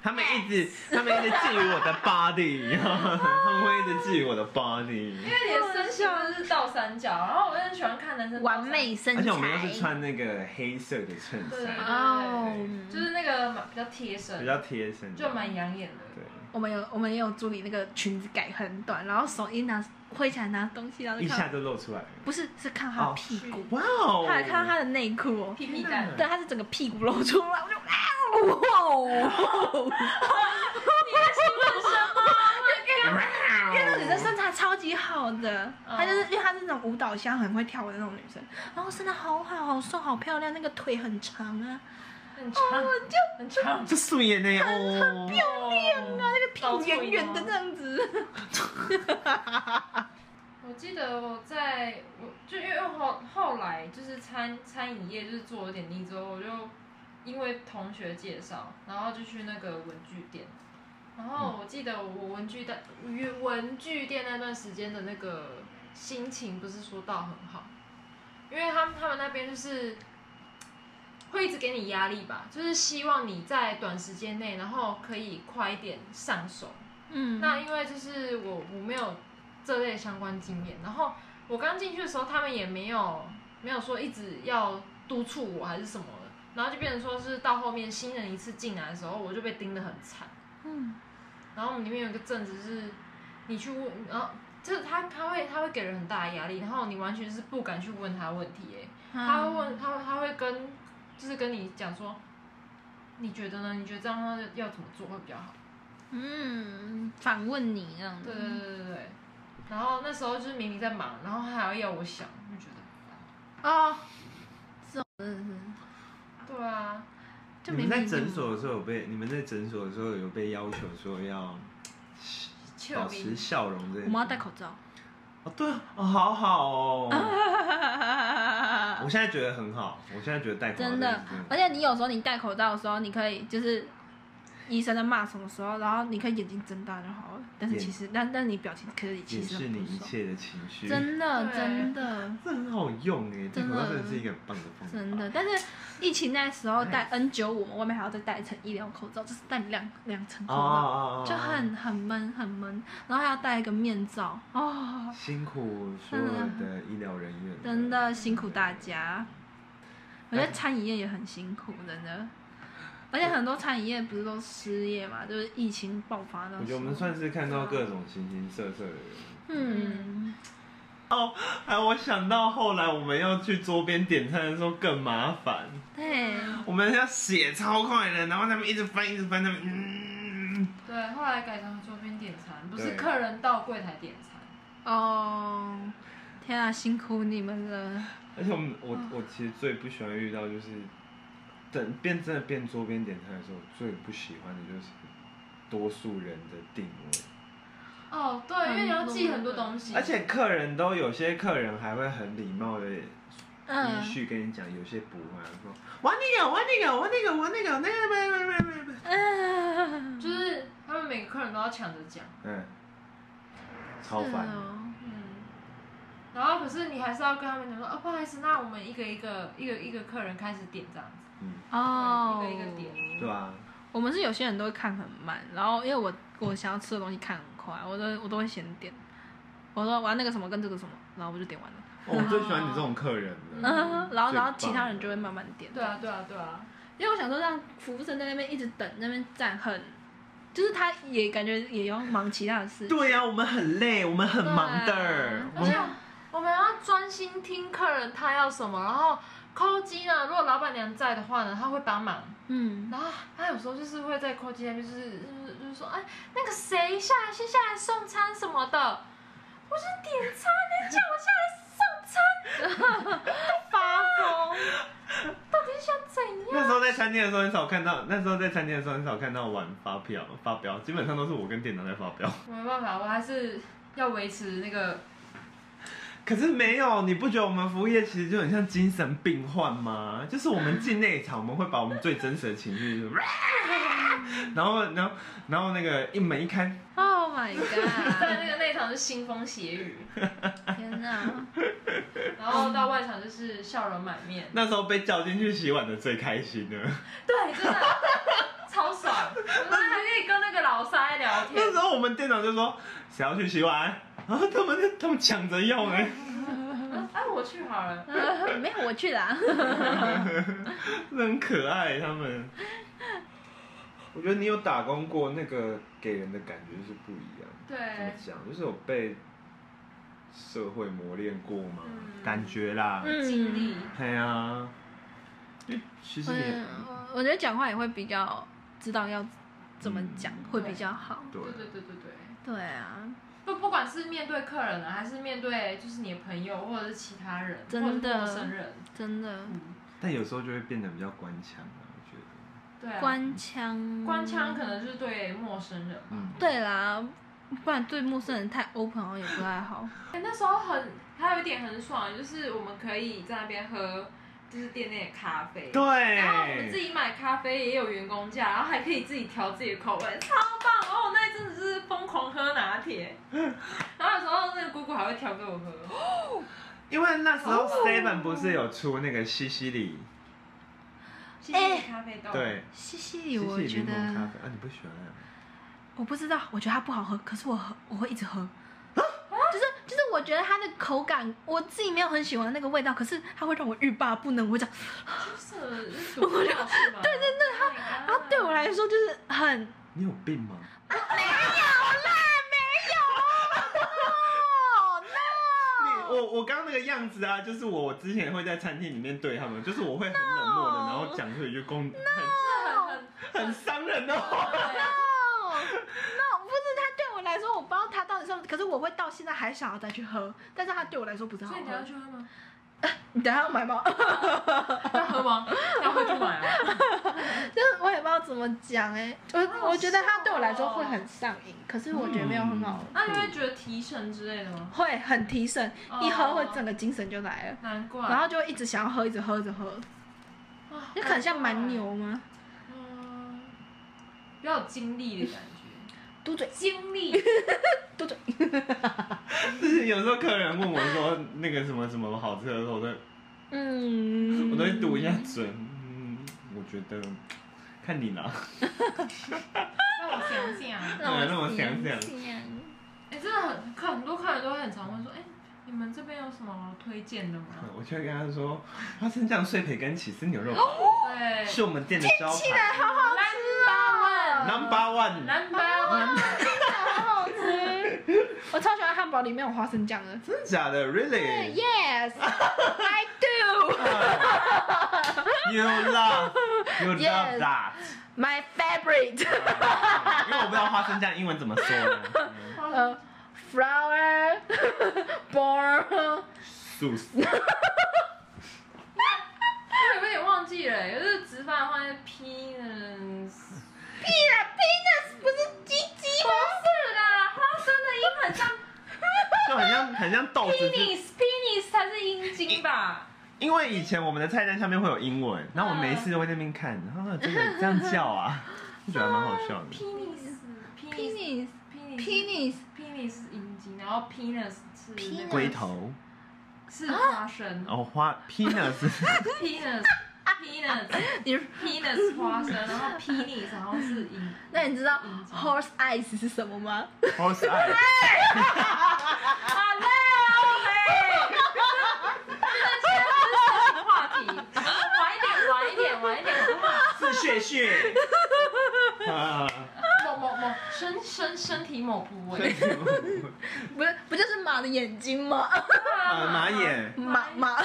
他们一直他们一直觊觎我的 body，他们会一直觊觎我的 body。
因为你的身形就是倒三角，然后我很喜欢看男生倒三角
完美身材，
而且我们又是穿那个黑色的衬
对
衫，
哦，
就是那个蛮比较贴身，
比较贴身。
就蛮养眼的。
对，
我们有我们也有助理那个裙子改很短，然后手一拿挥起来拿东西，然后
一
就
下
看
就露出来了。
不是是看他的屁股，
哇哦！
他还看到他的内裤哦，
屁屁
蛋
蛋，
对，他是整个屁股露出来，我就啊哇哦！
哦
因为
哦
那女生身材超级好的，
嗯
她就是因为她是那种舞蹈香很会跳舞的那种女生，然后身材好好好瘦好漂亮，那个腿很长啊，
很长，很长，
这素颜呢，哦，
漂亮啊，那
屁股圆圆的这样子，
我记得我在我就因为后后来就是餐餐饮业就是做了点力之后，我就因为同学介绍，然后就去那个文具店。然后我记得我文具的文具店那段时间的那个心情不是说到很好，因为他们他们那边就是会一直给你压力吧，就是希望你在短时间内，然后可以快一点上手。
嗯，
那因为就是我我没有这类相关经验，然后我刚进去的时候，他们也没有没有说一直要督促我还是什么的，然后就变成说是到后面新人一次进来的时候，我就被盯得很惨。
嗯
然后我们里面有一个阵子是，你去问，然后就是他他会他会给人很大的压力，然后你完全是不敢去问他问题、欸，
嗯
他会
啊
问，他会他会跟，就是跟你讲说，你觉得呢？你觉得这样要怎么做会比较好？
嗯，反问你这样
对
子，
对对对对。然后那时候就是明明在忙，然后还要要我想，就觉得，
哦，这种真的是，
对啊，
就
你
明
们在
明
诊所的时候有被，你们在诊所的时候有被要求说要
确
保持
明
笑容这
就
件
我
事
们要戴口 罩，
哦，对哦，好好哦，我现在觉得很好，我现在觉得戴口罩
真的，
嗯
而且你有时候你戴口罩的时候，你可以就是医生在骂什么时候，然后你可以眼睛睁大就好了，但是
眼
其实但但你表情可以其
掩
实
饰
很
你
不
一
爽，
切的情绪，
真的
对
真的。
这很好用哎，戴
真
口
的
罩真的是一个很棒的方法，
真的，但是疫情那时候戴 N 9 5我们外面还要再戴一层医疗口罩，就是戴两两层口
哦
罩，
哦哦，
就很很闷很闷，然后还要戴一个面罩，哦，
辛苦所有的医疗人员，
真的辛苦大家。我觉得餐饮业也很辛苦，真的，而且很多餐饮业不是都失业嘛，就是疫情爆发那时候。
我觉得我们算是看到各种形形色色的人。
嗯，
哎，我想到后来我们要去桌边点餐的时候更麻烦，
对，
我们要写超快的，然后他们一直翻，一直翻，他们嗯，
对，后来改成桌边点餐，不是
对
客人到柜台点餐。
哦，天啊，辛苦你们了，
而且我们我我其实最不喜欢遇到就是，等变真的变桌边点餐的时候，最不喜欢的就是多数人的定位，
哦，对，因为你要记很多东
嗯
西，
而且客人都有些客人还会很礼貌的依
嗯。
序跟你讲，有些不会，说玩那个玩那个玩那个玩那个那个那个那个，
嗯
就是他们每个客人都要抢着讲，
嗯，超
是
烦的。
哦
嗯，然后可是你还是要跟他们讲说，哦，不好意思，那我们一个一个一个一个客人开始点这样子，
哦，
对一个一个点
对啊，
我们是有些人都会看很慢，然后因为我我想要吃的东西看很快，我都我都会先点。我说我要那个什么跟这个什么，然后我就点完了。
哦我最喜欢你这种客人了。
嗯，然后
最
然
棒
后其他人就会慢慢点。
对啊，对啊，对啊，
因为我想说让服务生在那边一直等，那边站很，就是他也感觉也要忙其他的事。
对呀、我们很累，我们很忙的
对啊
儿。我
而且
们
我们要专心听客人他要什么，然后扣机呢，如果老板娘在的话呢，他会帮忙。
嗯，
然后他有时候就是会在扣机那边，就是就是就是说，哎，那个谁下来先下来送餐什么的，我是点餐，你叫我下来送餐，发疯，到底是想怎样？
那时候在餐厅的时候很少看到，那时候在餐厅的时候很少看到晚发票发飙，基本上都是我跟店长在发飙。
我 没办法，我还是要维持那个，
可是没有，你不觉得我们服务业其实就很像精神病患吗？就是我们进内场，我们会把我们最真实的情绪， 然后然后然后那个一门一开，
Oh my
在
god！
那个内场是腥风血雨，
天哪，
然后到外场就是笑容满面，
那时候被叫进去洗碗的最开心的。
对，真的 超爽，我们还可以跟那个老塞聊天
那。时候我们店长就说谁要去洗碗， 然后他们就他们抢着用哎、
哎，我去好了。
呃没有我去啦。
真 的很可爱他们。我觉得你有打工过，那个给人的感觉是不一样。怎么
对，
讲？就是有被社会磨练过嘛，
嗯
感觉啦。
嗯
经历。
对啊，因为其实你也
嗯，我我觉得讲话也会比较知道要怎么讲，
嗯
会比较好。
对
对对对对对，
对啊，
不不管是面对客人啊，还是面对就是你的朋友或者是其他人，
真的
或者是陌生人，嗯
真的，
但有时候就会变得比较官腔啊，我觉得。
对啊，
官腔，
官腔可能就是对陌生人吧。
嗯，
对啦，不然对陌生人太 open 好像也不太好。
欸那时候很，还有一点很爽，就是我们可以在那边喝，就是店内的咖啡。然后我们
嗯
自
对，
己买咖啡也有员工价，然后还可以自己调自己的口味，超棒！哦，那一阵子就是疯狂喝拿铁，然后有时候那个姑姑还会调给我喝。
因为那时候 Seven 不是有出那个西西里，
谢
哎
谢咖啡豆。
对，
西西里，
西
我
西
觉
里柠檬咖
得
啡啊，你不喜欢那个？
我不知道，我觉得它不好喝，可是我喝我会一直喝。就是就是，我觉得它的口感我自己没有很喜欢那个味道，可是它会让我欲罢不能。我讲
就是是毒药是吗？对对对，他
啊，对我来说就是很
你有病吗？
哦
你我我刚刚那个样子啊，就是我之前会在餐厅里面对他们，就是我会很冷漠的，
No
然后讲出一句公
很很啊
很很伤人的话。
哦，那不是它对我来说，我不知道它到底是不是，可是我会到现在还想要再去喝，但是它对我来说不是好
所以你要
喝。
去喝吗？
你等一下要买吗？
要喝吗？要喝就买啊！
就是我也不知道怎么讲哎、我我觉得它对我来说
哦
会很上瘾，可是我觉得没有很好喝，
那你会觉得提神之类的吗？
会很提神，一喝会整
个，
个精神就来了，
难怪。
然后就会一直想要喝，一直喝，一直喝。
啊
你很像蛮，牛吗？
哦嗯，比较有精力的感觉，
嘟嘴，
精力。
嘟嘴。
就是有时候客人问我说那个什么什么好吃的时候，我都
嗯，
我都会堵一下嘴。嗯，我觉得看你啦。
让我想想，哎、
对让我想想
真的很客很多客人都会很常问说，哎、你们这边有什么推荐 的吗？
我就会跟他说，花生酱碎培根起司牛肉堡
哦
对，
是我们店的招牌
好好吃哦，
，Number One。
南巴湾
好好吃。我超喜欢汉堡里面有花生酱的。
真的假的？Really？ 嗯
Yes, I do.
You love, you love
Yes
that.
My favorite.
因为我不知道花生酱英文怎么说呢。
呃，flower, born.
素食。
我有点忘记了，就是直白的话是 p e n
屁啦，penis 不是鸡鸡吗？
是啦，花生的音 很像
就很像很像豆子是，
penis，penis 才是阴茎 吧？
因为以前我们的菜单上面会有英文，然后我每一次都会在那边看，然后这个这样叫啊， 就觉得还蛮好笑 的。
哦 penis，penis，penis，penis
penis, penis.
是阴茎，然后 penis 是那
Penis
个
啊
龟头，哦
是花生
然后花 penis，
，penis，penis。
你
penis 花生，然后 penis 然后是银，
那你知道
银子
horse eyes 是什么吗？
horse eye，
好累哦，累。话题，晚一点，晚一点，晚一点，不嘛，
是血血。 啊，
某某某身身身体某部位，
呃
不是，不就是马的眼睛吗？
啊马，眼，
马马， 好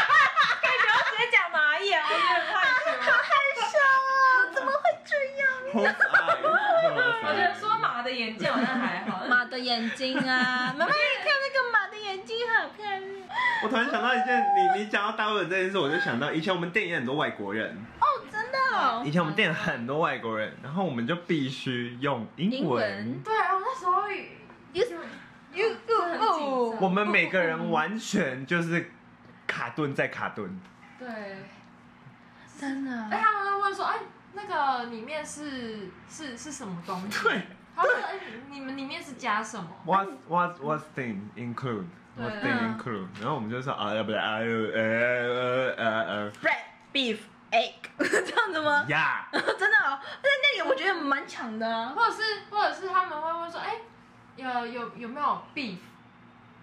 直接讲马眼，我觉得很害羞。
害羞哦， 怎么会这样？
horse eye，
我觉得说马的眼睛好像还好，
马的眼睛啊， 妈妈，你看那个马的眼睛好漂亮。
我突然想到一件，你你讲到大陆人这件事，我就想到以前我们店也很多外国人，
哦，真的哦
以前我们店很多外国人，然后我们就必须用英
英
文
文。
对啊，我那时候也
，you you
很紧
you
张
我们每个人完全就是卡顿在卡顿，
对，
真
哎，
的，
他们会问说，哎，那个里面是是是什么东西？
对，
他说：“哎，你们里面是加什么？
what what what thing include what
对
thing
嗯
include，然后我们就说啊不对啊呃呃呃
bread beef egg 这样子
呃
吗？
呀，
真的哦，那那个我觉得蛮强的啊。
或者是或者是他们会问说，哎、有有有没有 beef？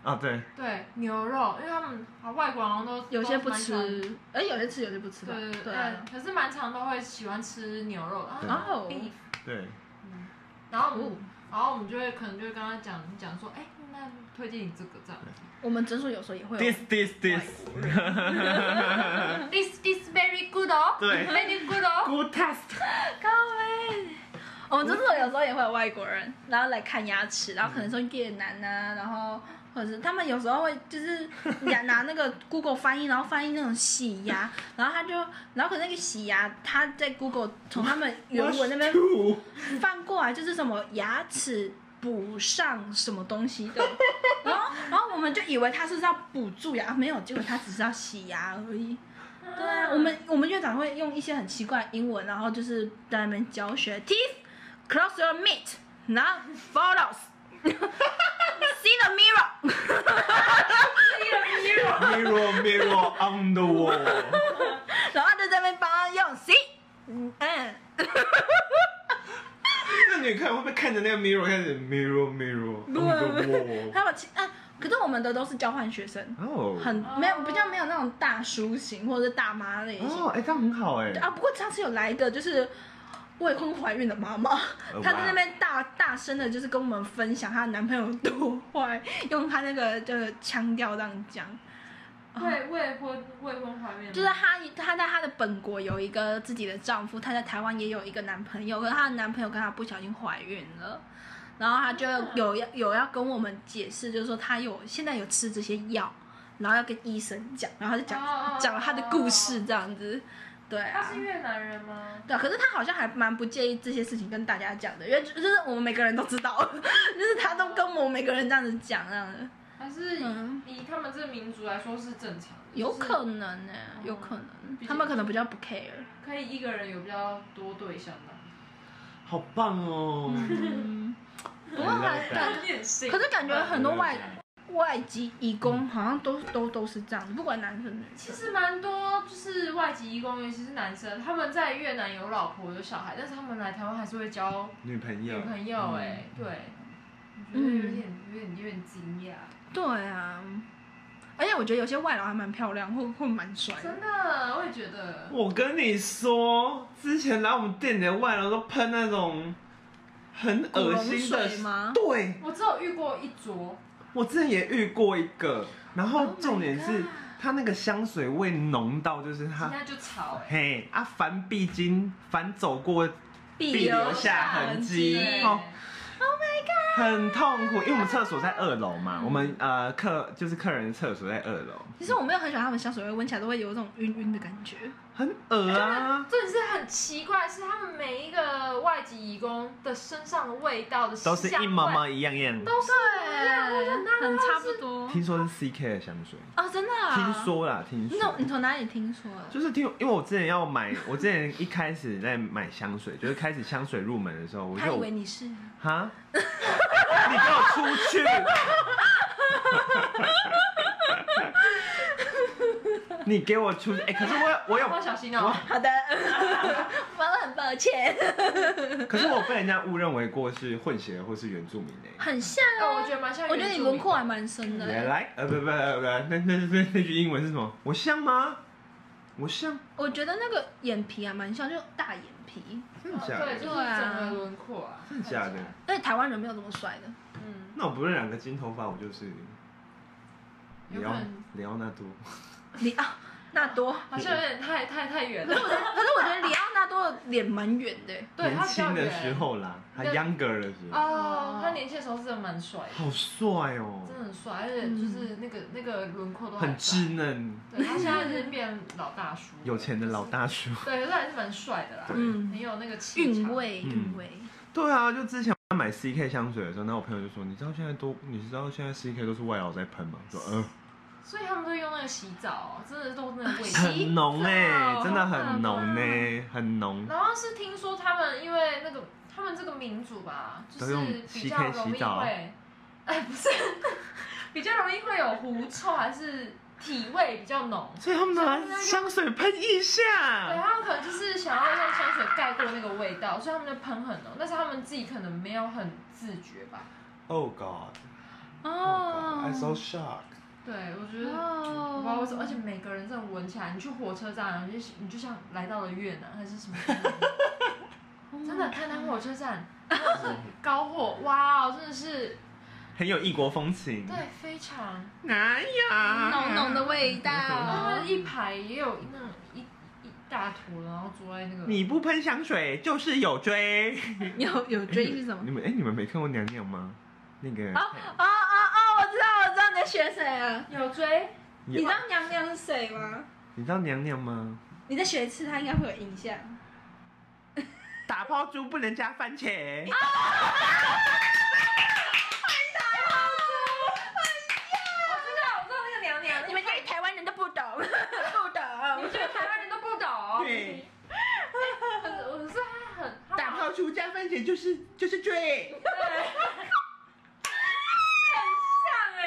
啊对，
对，牛肉，因为他们啊外国人好像都
有些不，
都蛮喜
吃，哎，有些吃，有些不吃吧
欢对对。对
对啊，
可是蛮常都会喜欢吃牛肉的，
对
然后
哦，嗯
beef，
对，
然后我们、然后我们就会可能就会跟他讲讲说，哎、那推荐你这个这样。
我们诊所有时候也会有
this this this
嗯
This this very good 哦，
对
，very good 哦。
Oh
good test，
高哎。我们诊所有时候也会有外国人，然后来看牙齿，然后可能说越南啊，然后或者是他们有时候会就是 拿拿那个 Google 翻译，然后翻译那种洗牙，然后他就，然后可能那个洗牙，他在 Google 从他们原文那边
吐
翻过来就是什么牙齿补上什么东西的，然后然后我们就以为他是要补蛀牙，啊没有，结果他只是要洗牙而已。对啊，我们我们院长会用一些很奇怪的英文，然后就是在那边教学，teeth close your meat，然后 follows。See the mirror，
mirror mirror on the wall，
然后他就在那边帮他用 see，嗯嗯，
那你看会不会看着那个 mirror 开始 mirror mirror on the wall？
他们其嗯，可是我们的都是交换学生，
哦，
很没有比较没有那种大叔型或者是大妈类型。
哦，哎，这样很好哎，
啊，不过上次有来一个就是未婚怀孕的妈妈，
哦
她在
哇
那边大大声的，就是跟我们分享她男朋友多坏，用她那个就是腔调这样讲。
未未婚未婚怀孕，
就是她，她在她的本国有一个自己的丈夫，她在台湾也有一个男朋友，可是她的男朋友跟她不小心怀孕了，然后她就有要有要跟我们解释，就是说她有现在有吃这些药，然后要跟医生讲，然后她就讲
哦
讲了她的故事这样子，对啊。
他是越南人吗？
对啊，可是他好像还蛮不介意这些事情跟大家讲的，因为就就是我们每个人都知道， 就是他都跟我们每个人这样子讲，这啊样子
还是
嗯
以他们这个民族来说是正常的？
有
就是
可能呢、有可能，他们可能比较不 care。
可以一个人有比较多对象的。
好棒哦。
嗯， 不过还感，
点性
可是感觉很多外外籍义工好像都都都是这样子，不管男生女
其
生。
实蛮多，就是外籍移工，尤其是男生，他们在越南有老婆有小孩，但是他们来台湾还是会交
女朋
女
友，
朋友、哎、
嗯
对，我觉得有点有点有点惊讶，
对啊，而且我觉得有些外劳还蛮漂亮，或或蛮帅的。
嗯真的，我也觉得，
我跟你说，之前来我们店里的外劳都喷那种很恶心
古
的
龙水吗
对，
我只有遇过一桌，
我之前也遇过一个，然后
Oh my
重点是
God
它那个香水味浓到就是
人
它，
家就吵、哎，
嘿啊，凡必经，凡走过必留下痕迹
对
哦很痛苦，因为我们厕所在二楼嘛，我们呃客就是客人的厕所在二楼，
其实我没有很喜欢他们香水味，闻起来都会有一种晕晕的感觉。
很恶啊。
重点是很奇怪，是他们每一个外籍移工的身上的味道的
都是一毛
香
毛
味
一样样。
都是一
啊
样，我觉得那
很差不多
听说是 CK 的香水，
哦，真的、啊？
听？说啦，听
那
说。
你从哪里听说的？
就是听，因为我之前要买， 我之前一开始在买香水，就是开始香水入门的时候，我
他以
就
为你是
哈，你给我出去！ 你给我出去！哎、可是我我
要
有，
小心哦、
好的， 我很抱歉，
可是我被人家误认为过是混血或是原住民诶、
很像
哎、
啊。
我觉得蛮像原住民的，
我觉得你轮廓还蛮深的、
原来呃不不不不，那那那那句英文是什么？我像吗？我像？
我觉得那个眼皮还蛮像，就大眼皮。
真的
哦
假的
对，？就是整个轮廓啊，
真的假的？
而且台湾人没有这么帅的，
嗯，
那我不是染个金头发，我就是
有
里
可
奥
能
里奥纳多。
里啊纳多。
好像有点太太太远
可是
了。
我觉得，可是我觉得里奥纳多的脸蛮圆的，
对，
年
他比较
轻的
远
时候啦，他
对
younger 的时候，
哦，他年轻的时候是真的蛮帅的，
好帅哦、
真的很帅，而且
嗯
就是那个那个轮廓都还在
很稚。嫩。
对，他现在已经变老大叔，
有钱的老。大 叔。
对，可是还是蛮帅的啦，
嗯
很有那个气场
韵。味
嗯
韵味。
对啊，就之前我买 CK 香水的时候，那我朋友就说：“你知道现在都，你知道现在 CK 都是外劳在喷吗？”我说：“嗯、
所以他们都用那个洗澡，哦真的都那 个味道。
很浓哎、
洗澡
真的很浓呢、很浓。
然后是听说他们因为那个他们这个民族吧，就
都
是
用
比较
CK
容
洗
易
澡
会， 哎，不是，比较容易会有狐臭，还是体味比较浓。
所以他们拿香水喷一
对，啊
下，
他们可能就是想要用香水盖过那个味道，所以他们就喷很浓，但是他们自己可能没有很自觉吧。
Oh God，Oh
哦
shocked。
对，我觉得
哦
我不知道为什么，而且每个人这样闻起来，你去火车站，啊你就你就像来到了越南还是什么地方，真
哦
的台南火车站真的是高火，哇哦，真的是
很有异国风情。
对，非常。
哪哎呀？
浓浓的味道。
他
嗯
们一排也有那种一一大坨，然后坐在那个
你不喷香水就是有追。
有有追是什么
你？们哎、你们没看过娘娘吗？那个
哦哦哦，我知道我知道，谁啊？
有追，
你知道娘娘是谁吗？
你知道娘娘吗？
你再学一次，他应该会有印象。
打抛猪不能加番茄。哎
我知道，我知道那个娘娘，
你们这里台湾人都不懂，不
你们
懂。
这个台湾人都不
哦
懂。
对，
很，我是他很他
打抛猪加番茄就是就是追。
对，很像哎、
啊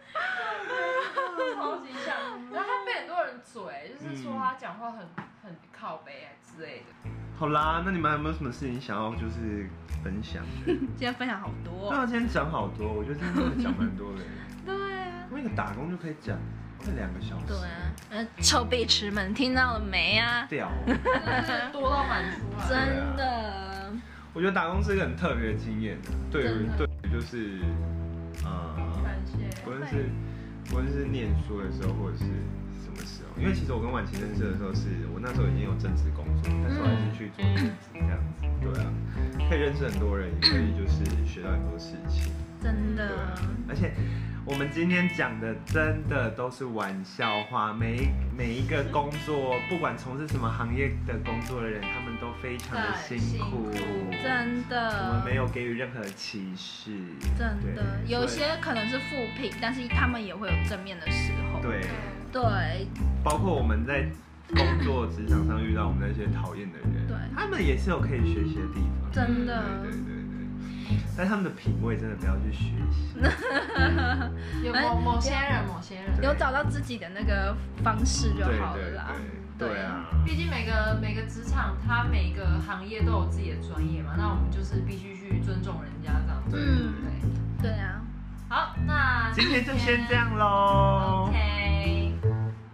超
啊
级像。然后他被很多人嘴，就是说他讲话很很靠背啊之类的。
好啦，那你们还有没有什么事情想要就是分享的？
今天分享好多。
那今天讲好多，我觉得今天真的讲蛮多的。
对啊。
我一个打工就可以讲快两个小时，
对啊，呃，臭碧池们听到了没啊？
屌哦、
就是多到满出来。
真的，
我觉得打工是一个很特别的经验，对于
真的
对于就是呃，
感谢。
无论是无论是念书的时候，或者是什么时候，因为其实我跟婉晴认识的时候是，我那时候已经有正职工作，但是我还是去做兼职这样子，对啊，可以认识很多人，也可以就是学到很多事情。
真
对啊
的，
而且我们今天讲的真的都是玩笑话，每一每一个工作，不管从事什么行业的工作的人，他们都非常的
对
辛
辛
苦
苦，
真
我们
的，
没有给予任何歧视，
真的，
对
有些可能是负评，但是他们也会有正面的时候。
对，
对
包括我们在工作职场上遇到我们那些讨厌的人，
对
他们也是有可以学习的地方，
真的
对对对对，但他们的品味真的不要去学习，
有某某些人，某些人，
有找到自己的那个方式 就
对
好了
对
啦。
对，对啊，
毕竟每个每个职场，它每个行业都有自己的专业嘛，那我们就是必须去尊重人家这样子。
对
嗯
对，
对啊，
好，那
啊今天就先这样喽。
OK，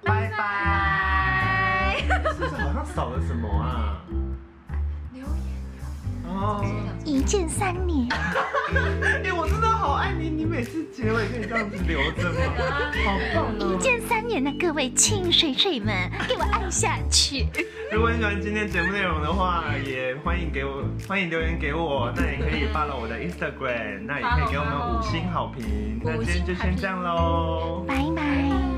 拜拜。是不是好像少了什么啊？
留言，
哦，
一键三连。
哎，我真的好爱你，你每次结尾可以这样子留着吗？好棒
一
哦！
键三连的各位亲水水们，给我按下去！
如果你喜欢今天节目内容的话，也欢迎给我欢迎留言给我，那也可以 follow 我的 Instagram，那也可以给我们五星好评。那今天就先这样喽，
拜拜。